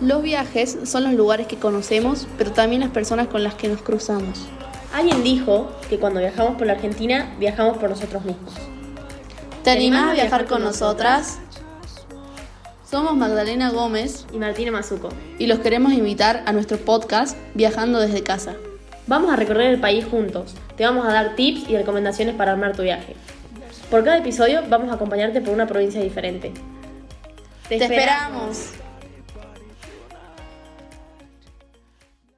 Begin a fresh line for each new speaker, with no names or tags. Los viajes son los lugares que conocemos, pero también las personas con las que nos cruzamos.
Alguien dijo que cuando viajamos por la Argentina, viajamos por nosotros mismos.
¿Te animás a viajar con nosotras? Somos Magdalena Gómez
Y Martina Mazuco.
y los queremos invitar a nuestro podcast Viajando desde casa.
Vamos a recorrer el país juntos. Te vamos a dar tips y recomendaciones para armar tu viaje. Por cada episodio vamos a acompañarte por una provincia diferente.
¡Te esperamos!